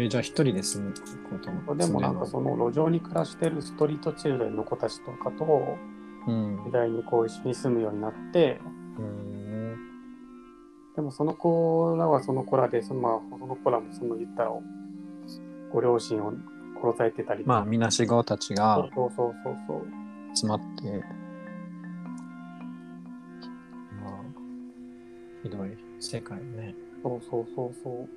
Speaker 2: い
Speaker 1: え、じゃあ一人で住むことの
Speaker 2: でもなんかその路上に暮らしてるストリートチルドレンの子たちとかと
Speaker 1: うん。
Speaker 2: 次第にこう一緒に住むようになって
Speaker 1: うん。
Speaker 2: でもその子らはその子らでその,、まあ、その子らもその言ったらご両親を殺されてたりとか
Speaker 1: まあ、みなしごたち
Speaker 2: そ
Speaker 1: が
Speaker 2: うそうそうそうそう
Speaker 1: 集まって、まあ、ひどい世界ね。
Speaker 2: そうそうそうそう。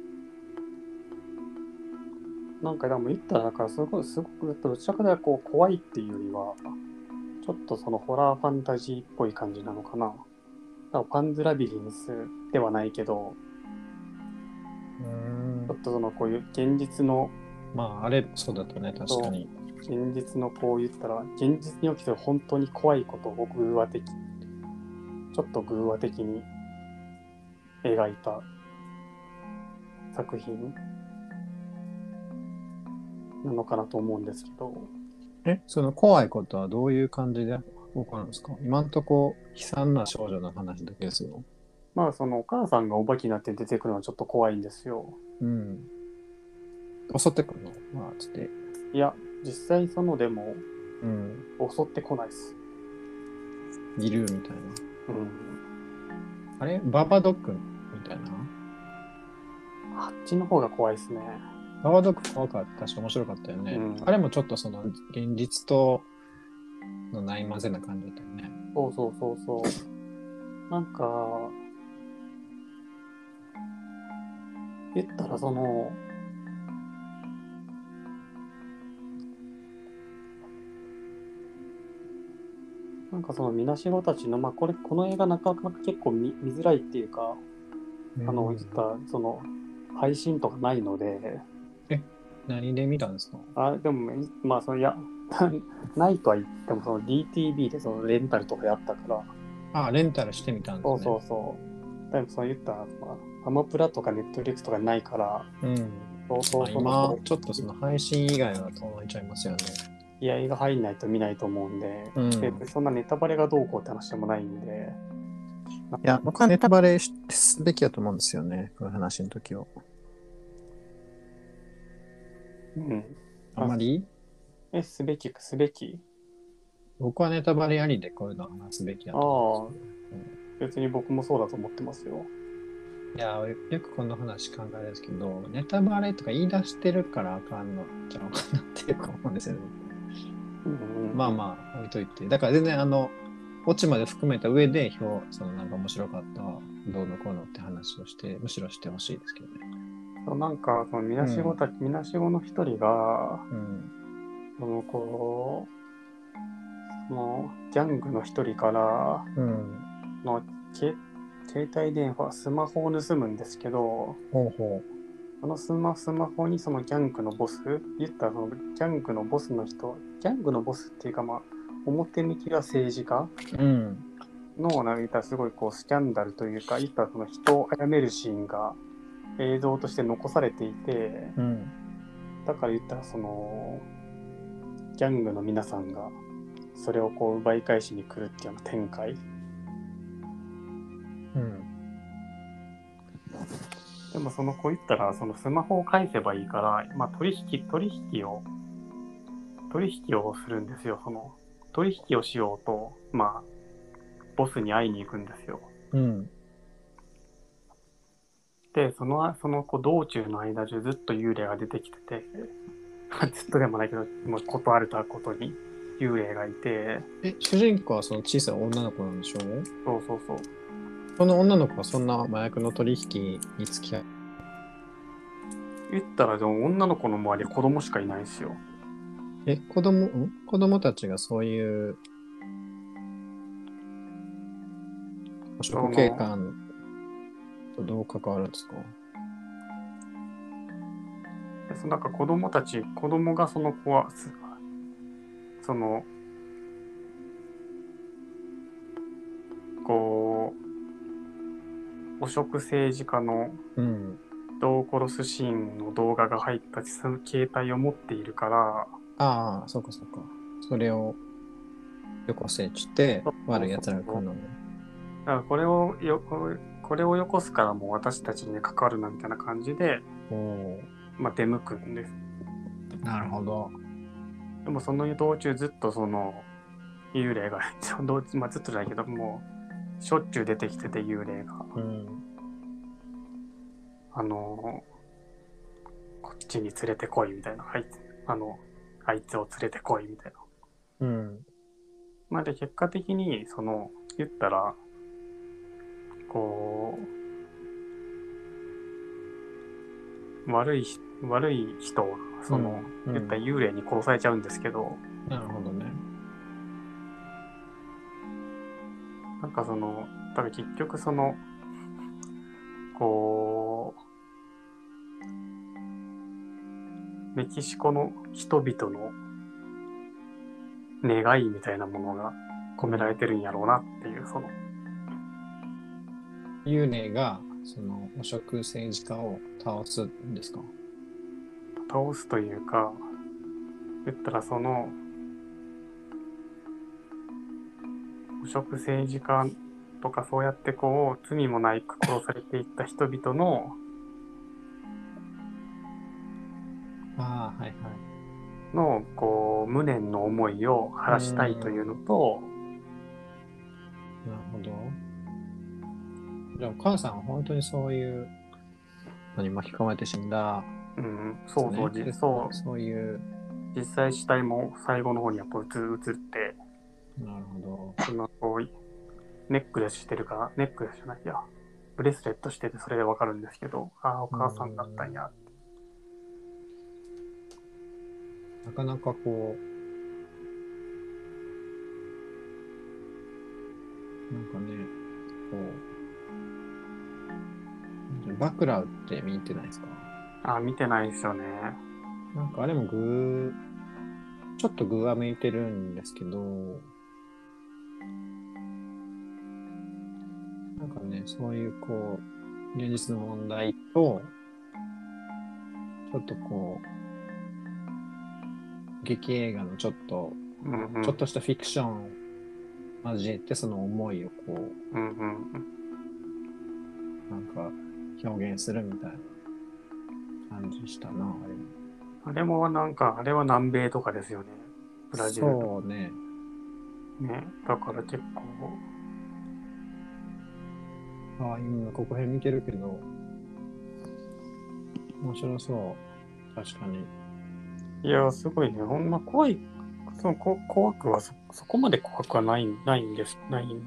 Speaker 2: なんかでも言ったら、だからすごい、すごく、どちらかというとこう怖いっていうよりは、ちょっとそのホラーファンタジーっぽい感じなのかな。だからパンズラビリンスではないけど、
Speaker 1: うん
Speaker 2: ちょっとそのこういう現実の、
Speaker 1: まあ、あれ、そうだったね、確かに。
Speaker 2: 現実のこう言ったら、現実に起きてる本当に怖いことを偶話的、ちょっと偶話的に描いた作品なのかなと思うんですけど、
Speaker 1: え、その怖いことはどういう感じで起こるんですか今んとこ悲惨な少女の話だけですよ。
Speaker 2: まあそのお母さんがお化けになって出てくるのはちょっと怖いんですよ。
Speaker 1: うん。襲ってくるのまあ、つって。
Speaker 2: いや、実際そのでも
Speaker 1: うん。
Speaker 2: 襲ってこないです。
Speaker 1: いるみたいな。
Speaker 2: うん。
Speaker 1: あれババドッグみたいな。
Speaker 2: あっちの方が怖いですね。
Speaker 1: ババドッグ怖かったし面白かったよね。
Speaker 2: うん
Speaker 1: あれもちょっとその現実とのない混ぜな感じだったよね。
Speaker 2: そうそうそうそう。なんか、言ったらその、なんかそのみなしごたちの、まあこれ、この映画なかなか結構見見づらいっていうか、あの、
Speaker 1: うん
Speaker 2: 言ったらその、配信とかないので、
Speaker 1: 何で見たんですか
Speaker 2: あ、でも、まあその、いや、 <laughs> ないとは言っても、その DTV でそのレンタルとかやったから、
Speaker 1: あ、レンタルしてみたんです
Speaker 2: そう
Speaker 1: ね。
Speaker 2: そうそう。でもそう言ったら、まあ、アマプラとかネットフリックスとかないから、
Speaker 1: うん。
Speaker 2: そうそうそ
Speaker 1: まあ
Speaker 2: の
Speaker 1: 今、ちょっとその配信以外は遠のいちゃいますよね。
Speaker 2: 居合が入んないと見ないと思うんで、
Speaker 1: うん
Speaker 2: でそんなネタバレがどうこうって話でもないんで、
Speaker 1: いや、僕はネタバレしすべきだと思うんですよね。この話の時を。
Speaker 2: うん。
Speaker 1: あんまり
Speaker 2: え、すべき、すべき
Speaker 1: 僕はネタバレありでこういうのを話すべきだと
Speaker 2: ああ
Speaker 1: 思うんですよ、
Speaker 2: 別に僕もそうだと思ってますよ。
Speaker 1: いや、よくこの話考えるんですけど、ネタバレとか言い出してるからあかんのちゃうかなっていうか思うんですよね。
Speaker 2: うん、
Speaker 1: まあまあ、置いといて。だから全然、あの、オチまで含めた上で、表、そのなんか面白かった、どうのこうのって話をして、むしろしてほしいですけどね。
Speaker 2: そうなんか、そのみなしごた、みなしごの一人が、
Speaker 1: うん。
Speaker 2: その、こう、その、ギャングの一人から、
Speaker 1: うん。
Speaker 2: のけ携帯電話スマホを盗むんですけど
Speaker 1: ほうほ
Speaker 2: そのスマスマホにそのギャングのボス言ったらそのギャングのボスの人ギャングのボスっていうかまあ表向きが政治家
Speaker 1: う。うん。
Speaker 2: のなんか言ったらすごいこうスキャンダルというか言ったらその人を殺めるシーンが映像として残されていて
Speaker 1: うん。
Speaker 2: だから言ったらそのギャングの皆さんがそれをこう奪い返しに来るっていうような展開
Speaker 1: うん。
Speaker 2: でもその子言ったらそのスマホを返せばいいから、まあ、取引取引を取引をするんですよその取引をしようとまあボスに会いに行くんですよ
Speaker 1: うん。
Speaker 2: でそのその子道中の間中ずっと幽霊が出てきてて <laughs> ずっとでもないけどもう断れたことに幽霊がいて
Speaker 1: え、主人公はその小さい女の子なんでしょう
Speaker 2: そうそうそう
Speaker 1: その女の子はそんな麻薬の取引に付き合い、
Speaker 2: 言ったらでも女の子の周りは子供しかいないんですよ
Speaker 1: え、子供、ん子供たちがそういう、汚職警官とどう関わるんですか
Speaker 2: でそのなんか子供たち子供がその子はすそのこう汚職政治家の
Speaker 1: うん。
Speaker 2: 人を殺すシーンの動画が入ったその携帯を持っているから
Speaker 1: ああ、そうかそうか。それをよこせっちって
Speaker 2: そう
Speaker 1: 悪い奴らが来るのね。
Speaker 2: だからこれをよこれをよこすからもう私たちに関わるなみたいな感じで、
Speaker 1: おお
Speaker 2: まあ、出向くんです
Speaker 1: ー。なるほど。
Speaker 2: でもその道中ずっとその幽霊が <laughs> その道中、まあ、ずっとじゃないけどもうしょっちゅう出てきてて幽霊が
Speaker 1: うん。
Speaker 2: あのこっちに連れてこいみたいなあいつあのあいつを連れてこいみたいな
Speaker 1: うん。
Speaker 2: まあで結果的にその言ったらこう悪いひ悪い人をその、
Speaker 1: うん
Speaker 2: 言ったら幽霊に殺されちゃうんですけど、
Speaker 1: なるほどね。
Speaker 2: なんかその多分結局そのこうメキシコの人々の願いみたいなものが込められてるんやろうなっていうその
Speaker 1: 幽霊が、その、汚職政治家を倒すんですか
Speaker 2: 倒すというか言ったらその汚職政治家とかそうやってこう罪もないく殺されていった人々の
Speaker 1: ああ、はいはい。
Speaker 2: のこう無念の思いを晴らしたいというのと
Speaker 1: なるほど。じゃあお母さんは本当にそういうのに巻き込まれて死んだ、
Speaker 2: うん、そうそうじ
Speaker 1: ね
Speaker 2: そ
Speaker 1: そういう、
Speaker 2: う実際死体も最後の方にやっぱうつ移って
Speaker 1: なるほ
Speaker 2: そのこうネックレスしてるからネックレスじゃないいやブレスレットしててそれでわかるんですけどああお母さんだったんや
Speaker 1: ど。なかなかこう、なんかね、こう、バクラウって見に行ってないですか
Speaker 2: あ、見てないですよね。
Speaker 1: なんかあれもグー、ちょっとグーは向いてるんですけど、なんかね、そういうこう、現実の問題と、ちょっとこう、劇映画のちょっと、
Speaker 2: うんうん。
Speaker 1: ちょっとしたフィクションを交えてその思いをこう、
Speaker 2: うんうん
Speaker 1: なんか表現するみたいな感じしたな、あれも。
Speaker 2: うん。あれもなんか、あれは南米とかですよね。ブラジルと
Speaker 1: そうね。
Speaker 2: かね。だから結構、
Speaker 1: ああ、今ここ辺見てるけど、面白そう。確かに。
Speaker 2: いや、すごいね。ほんま怖い、そのこ怖くはそ、そこまで怖くはない、ないんです、ないん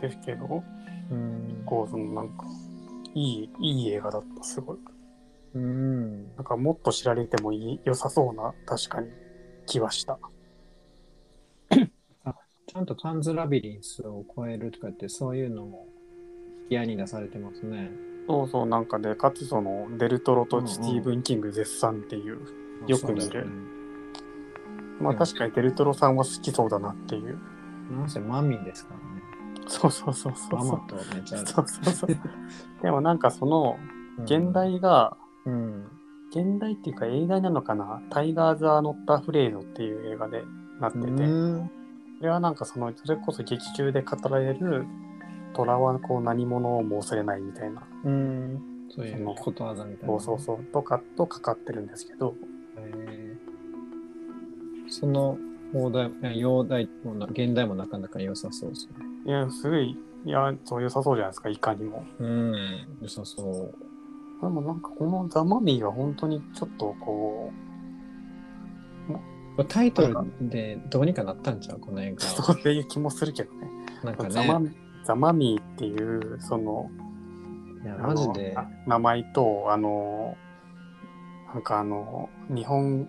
Speaker 2: ですけど、
Speaker 1: うん。
Speaker 2: こう、そのなんか、いい、いい映画だった、すごい。
Speaker 1: うん。
Speaker 2: なんかもっと知られてもいい良さそうな、確かに、気はした。
Speaker 1: ちゃんとカンズラビリンスを超えるとかって、そういうのも引き合いに出されてますね。
Speaker 2: そうそう、なんかで、かつその、デルトロとスティーブン・キング絶賛っていう、よく見る
Speaker 1: そうだよね
Speaker 2: まあ
Speaker 1: うん
Speaker 2: 確かにデルトロさんは好きそうだなっていう。
Speaker 1: なんせマミーですからね。
Speaker 2: そうそうそうそ
Speaker 1: マ
Speaker 2: うそ
Speaker 1: マ
Speaker 2: う。
Speaker 1: とめちゃ
Speaker 2: そうそうそう。でもなんかその現。代が、
Speaker 1: うん。
Speaker 2: 現代っていうか映画なのかな、タイガーズ・アーノッタ・フレードっていう映画でなって
Speaker 1: う
Speaker 2: て、
Speaker 1: ん。
Speaker 2: それはなんかその、それこそ劇中で語られる、虎はこう何者をも恐れないみたいな、
Speaker 1: うん。そういうことわざみたいな。
Speaker 2: そうそうそう、とかとかかってるんですけど、
Speaker 1: えーその放題、いや洋題もな、現代もなかなか良さそうですね。
Speaker 2: いや、すごい、いや、そう良さそうじゃないですか、いかにも。
Speaker 1: うん、良さそう。
Speaker 2: でもなんかこのザ・マミーは本当にちょっとこう、
Speaker 1: これタイトルでどうにかなったんちゃうこの映
Speaker 2: そう <laughs> っていう気もするけどね。
Speaker 1: 画。なんか
Speaker 2: ザマ
Speaker 1: ね、
Speaker 2: ミザマミーっていうその
Speaker 1: いや
Speaker 2: あ
Speaker 1: マ
Speaker 2: の
Speaker 1: ジで。
Speaker 2: あ名前とあのなんかあの日本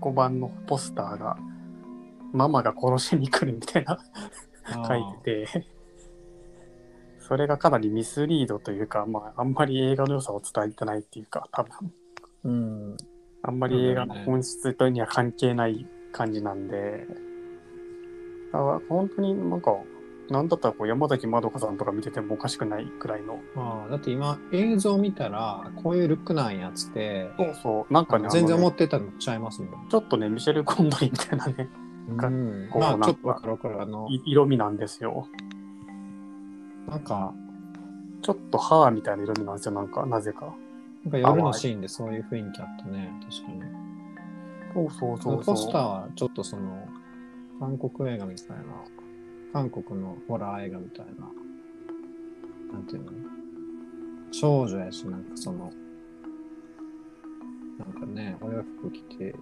Speaker 2: 語版のポスターが「ママが殺しに来る」みたいな
Speaker 1: あー
Speaker 2: 書いててそれがかなりミスリードというか、まあ、あんまり映画の良さを伝えてないっていうか、多分
Speaker 1: うん。
Speaker 2: あんまり映画の本質とには関係ない感じなんで、だから本当になんか、なんだったらこう山崎まどかさんとか見ててもおかしくないくらいの、
Speaker 1: まあ、だって今映像見たら、こういうルックなんやっつって、
Speaker 2: そうそう、なんかね、
Speaker 1: 全然
Speaker 2: あの
Speaker 1: 思
Speaker 2: ね
Speaker 1: ってたのちゃいますもん。
Speaker 2: ちょっとね、ミシェル・コンドリみたいなね、か
Speaker 1: うん
Speaker 2: こう
Speaker 1: ま
Speaker 2: なん
Speaker 1: あ
Speaker 2: か
Speaker 1: ちょっとわかるわかる。あの、
Speaker 2: い色味なんですよ。
Speaker 1: なんか、
Speaker 2: ちょっと歯みたいな色味なんですよ、なんか、なぜか。
Speaker 1: なんか夜のシーンでそういう雰囲気あったね、確かに。
Speaker 2: そうそう
Speaker 1: そ
Speaker 2: そ
Speaker 1: の
Speaker 2: うそ
Speaker 1: ポスター
Speaker 2: う。
Speaker 1: はちょっとその、韓国映画みたいな、韓国のホラー映画みたいな、なんていうの少女やし、なんかその、なんかね、お洋服着て、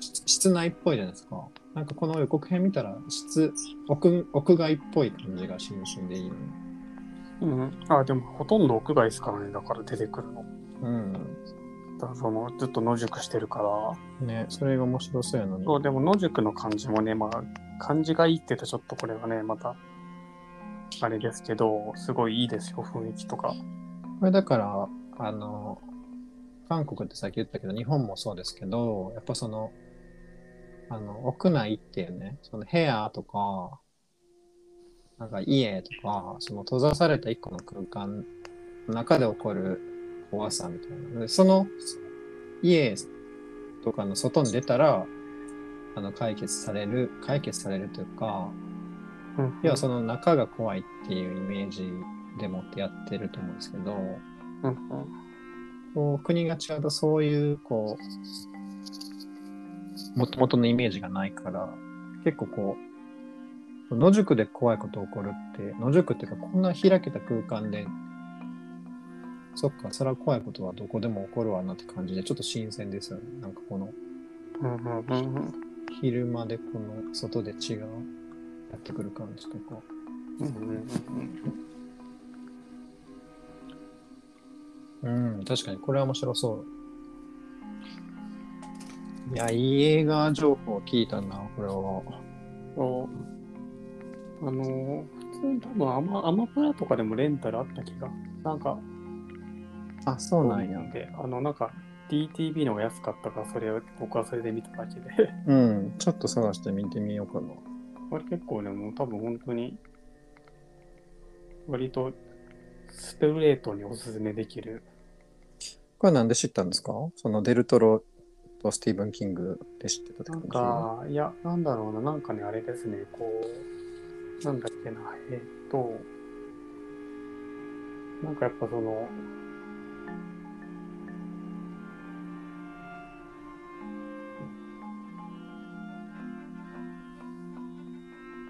Speaker 1: し室内っぽいじゃないですか。なんかこの予告編見たら、室、屋屋外っぽい感じがしみしんでいいのに。
Speaker 2: うん。あ、でもほとんど屋外ですからね、だから出てくるの。
Speaker 1: うん。
Speaker 2: だからその、ずっと野宿してるから。
Speaker 1: ね、それが面白そうやのに。
Speaker 2: そう、でも野宿の感じもね、まあ、感じがいいって言うとちょっとこれはね、また、あれですけど、すごいいいですよ、雰囲気とか。
Speaker 1: これだから、あの、韓国ってさっき言ったけど、日本もそうですけど、やっぱその、あの、屋内っていうね、その部屋とか、なんか家とか、その閉ざされた一個の空間の中で起こる怖さみたいな。でその家とかの外に出たら、あの、解決される、解決されるというか、
Speaker 2: うん。
Speaker 1: 要はその中が怖いっていうイメージでもってやってると思うんですけど、
Speaker 2: うんうん。
Speaker 1: こう国が違うとそういうこうもともとのイメージがないから結構こう野宿で怖いこと起こるって野宿っていうかこんな開けた空間でそっかそれは怖いことはどこでも起こるわなって感じでちょっと新鮮ですよねなんかこの
Speaker 2: うんうんうんうん
Speaker 1: 昼間でこの外で違うやってくる感じとか
Speaker 2: うんうんうん
Speaker 1: うん確かにこれは面白そういやいい映画情報を聞いたなこれは。
Speaker 2: うん。そう。あのー、普通に多分アマ、アマプラとかでもレンタルあった気が。なんか、
Speaker 1: あ、そうなんや。
Speaker 2: で、あの、なんか、DTV のが安かったから、それを僕はそれで見ただけで。 <laughs>
Speaker 1: うん、ちょっと探してみてみようかな。
Speaker 2: これ結構ね、もう多分本当に、割と、ストレートにおすすめできる。
Speaker 1: これなんで知ったんですかそのデルトロとスティーブン・キングで知ってたって
Speaker 2: な
Speaker 1: 感
Speaker 2: ん
Speaker 1: じ
Speaker 2: か、いや、なんだろうな、なんかね、あれですね、こう、なんだっけな、えーっと、なんかやっぱその、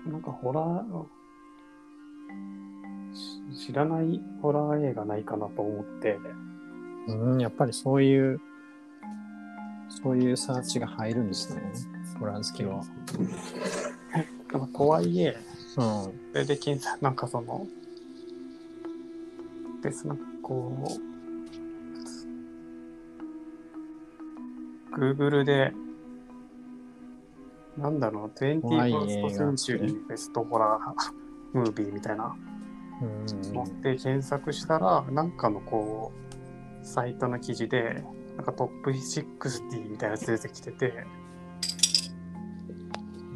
Speaker 2: なんかホラー、し知らないホラー映画ないかなと思って、
Speaker 1: うん、やっぱりそういう、そういうサーチが入るんですね。フランス系は。
Speaker 2: なんかとはいえ、
Speaker 1: うん。
Speaker 2: それで検査なんかその別のこう Google でなんだろう
Speaker 1: 怖い映画
Speaker 2: 21st century ベストホラームービーみたいな
Speaker 1: うん。
Speaker 2: のって検索したらなんかのこうサイトの記事でなんかトップ60みたいなやつ出てきてて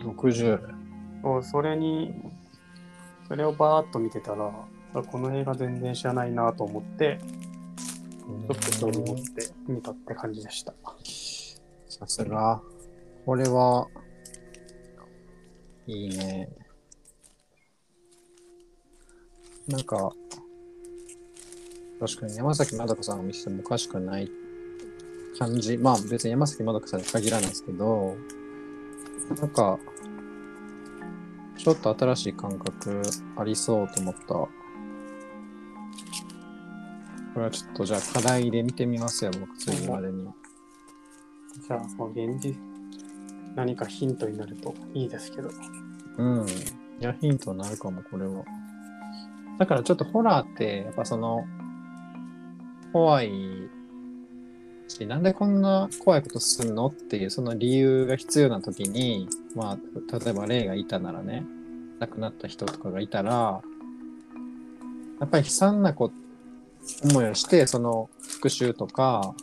Speaker 1: 60。
Speaker 2: そうそれにそれをバーッと見てたらあこの映画全然知らないなと思ってちょっと興味持って見たって感じでした。
Speaker 1: さすが。これは、いいね。なんか、確かに山崎まどかさんを見ててもおかしくない感じ。まあ別に山崎まどかさんに限らないですけど、なんか、ちょっと新しい感覚ありそうと思った。これはちょっとじゃあ課題で見てみますよ、僕、次までに。
Speaker 2: じゃあ、その現実、何かヒントになるといいですけど。
Speaker 1: うん。いや、ヒントになるかも、これは。だからちょっとホラーって、やっぱその、怖いし、なんでこんな怖いことすんのっていう、その理由が必要な時に、まあ、例えば霊がいたならね、亡くなった人とかがいたら、やっぱり悲惨なこ思いをして、その復讐とか、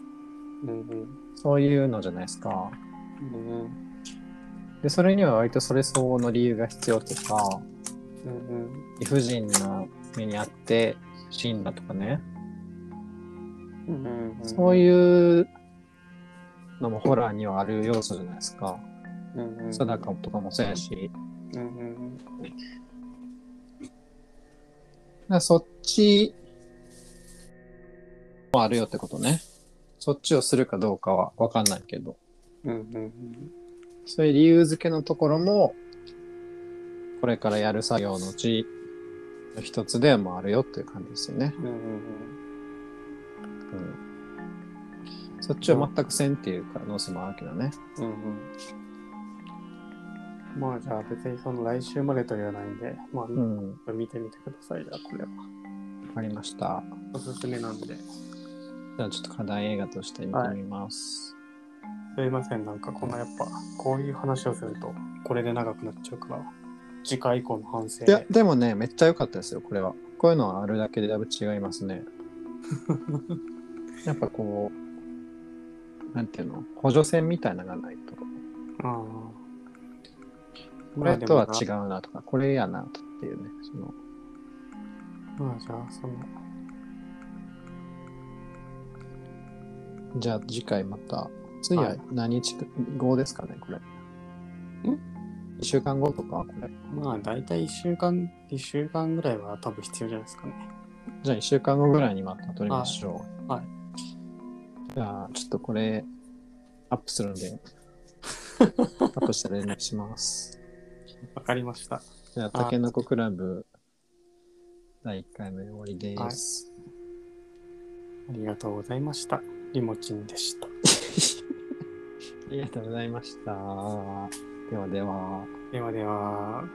Speaker 2: うん
Speaker 1: そういうのじゃないですか。
Speaker 2: うんうん
Speaker 1: で、それには割とそれ相応の理由が必要とか、
Speaker 2: うん
Speaker 1: 理不尽な目にあって死んだとかね、
Speaker 2: うん
Speaker 1: そう
Speaker 2: う
Speaker 1: いうのもホラーにはある要素じゃないですか。
Speaker 2: んうん
Speaker 1: 貞子とかもそうやし、だか
Speaker 2: うんうん
Speaker 1: らそっちもあるよってことね。そっちをするかどうかはわかんないけど。
Speaker 2: うんうん
Speaker 1: そういう理由付けのところも、これからやる作業のうちの一つでもあるよっていう感じですよね。
Speaker 2: うんうん
Speaker 1: うん。そっちを全くせんっていう可能性もあるけどね。
Speaker 2: うんうんまあじゃあ別にその来週までと言わないんで、ま
Speaker 1: う
Speaker 2: あ
Speaker 1: ん。わ
Speaker 2: 見てみてくださいじゃあこれは
Speaker 1: かりました。
Speaker 2: おすすめなんで。
Speaker 1: じゃあちょっと課題映画として見てみます。
Speaker 2: すいません、なんかこのやっぱ、こういう話をすると、これで長くなっちゃうから、次回以降の反省
Speaker 1: い、や、でもね、めっちゃ良かったですよ、これは。こういうのはあるだけでだいぶ違います <laughs> ね。やっぱこう、なんていうの、補助線みたいなのがないと、
Speaker 2: うん
Speaker 1: これとは違
Speaker 2: う。
Speaker 1: うなとか、これやなとっていうね、その、
Speaker 2: まあじゃあ、その、
Speaker 1: じゃあ次回また。次は何日後ですかね、これ。?1 週間後とかこれ。
Speaker 2: まあ大体1週間、2週間ぐらいは多分必要じゃないですかね。
Speaker 1: じゃあ1週間後ぐらいにまた撮りましょう。
Speaker 2: はいは
Speaker 1: じゃあちょっとこれ、アップするんで、アップしたら連絡します。
Speaker 2: わかりました。
Speaker 1: じゃあ、
Speaker 2: はい
Speaker 1: たけのこクラブ、第1回目終わりです。
Speaker 2: ありがとうございました。リモチンでした。
Speaker 1: ありがとうございました。ではでは。
Speaker 2: ではでは。